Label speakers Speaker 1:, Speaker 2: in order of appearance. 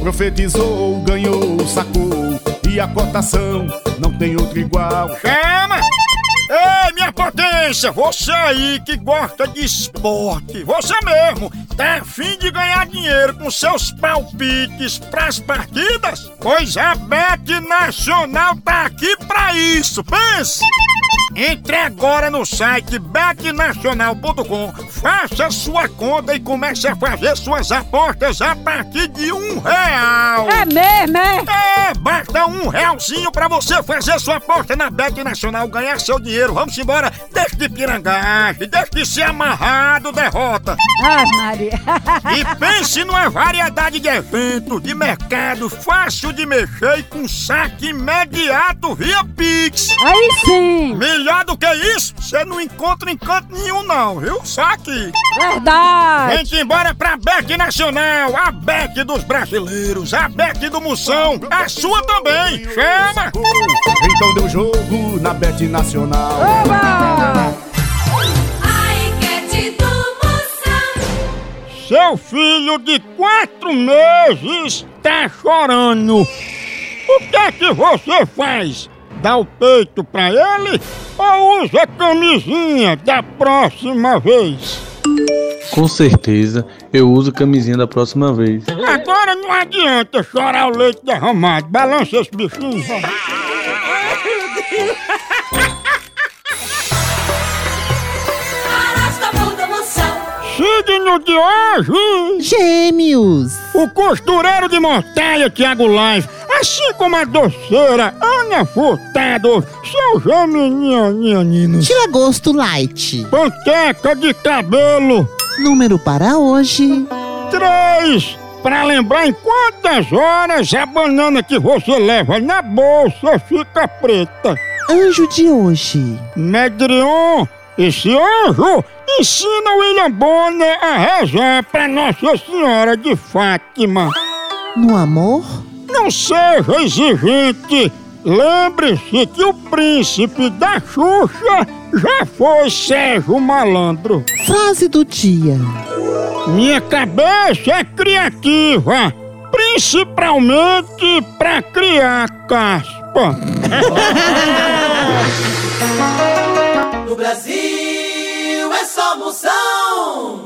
Speaker 1: Profetizou, ganhou, sacou. E a cotação não tem outro igual.
Speaker 2: Chama! Ei, minha potência, você aí que gosta de esporte, você mesmo, tá afim de ganhar dinheiro com seus palpites pras partidas? Pois a Bet Nacional tá aqui pra isso, pense! Entre agora no site betnacional.com, faça sua conta e comece a fazer suas apostas a partir de um real.
Speaker 3: É mesmo, é?
Speaker 2: É, basta um realzinho pra você fazer sua aposta na Bet Nacional, ganhar seu dinheiro. Vamos embora, deixe de pirangagem, deixe de ser amarrado, derrota.
Speaker 3: Ai, Maria.
Speaker 2: E pense numa variedade de eventos, de mercado, fácil de mexer e com saque imediato via Pix.
Speaker 3: Aí sim,
Speaker 2: Melhor do que isso, você não encontra em canto nenhum não, viu? Só aqui.
Speaker 3: verdade.
Speaker 2: Vem-te embora pra BEC Nacional, a BEC dos brasileiros, a BEC do Moção, a é sua também. Chama!
Speaker 1: Então deu jogo na Bet Nacional.
Speaker 3: Oba!
Speaker 4: Ai, que é do moção.
Speaker 2: Seu filho de quatro meses tá chorando. O que é que você faz? Dá o peito pra ele ou usa a camisinha da próxima vez?
Speaker 5: Com certeza eu uso camisinha da próxima vez.
Speaker 2: Agora não adianta chorar o leite derramado. Balança esse bichinho.
Speaker 4: Horóscopo do moção.
Speaker 2: Signo de hoje!
Speaker 6: Gêmeos.
Speaker 2: O costureiro de montanha, Tiago Live, assim como a doceira Ana Furtado, são geminianinos.
Speaker 6: Tira gosto light.
Speaker 2: Panteca de cabelo,
Speaker 6: Número para hoje.
Speaker 2: três. Pra lembrar em quantas horas a banana que você leva na bolsa fica preta.
Speaker 6: Anjo de hoje.
Speaker 2: Medrion, esse anjo ensina William Bonner a rezar pra Nossa Senhora de Fátima.
Speaker 6: No amor.
Speaker 2: Não seja exigente. Lembre-se que o príncipe da Xuxa já foi Sérgio Malandro.
Speaker 6: Frase do dia.
Speaker 2: Minha cabeça é criativa, principalmente pra criar caspa.
Speaker 4: No Brasil é só moção.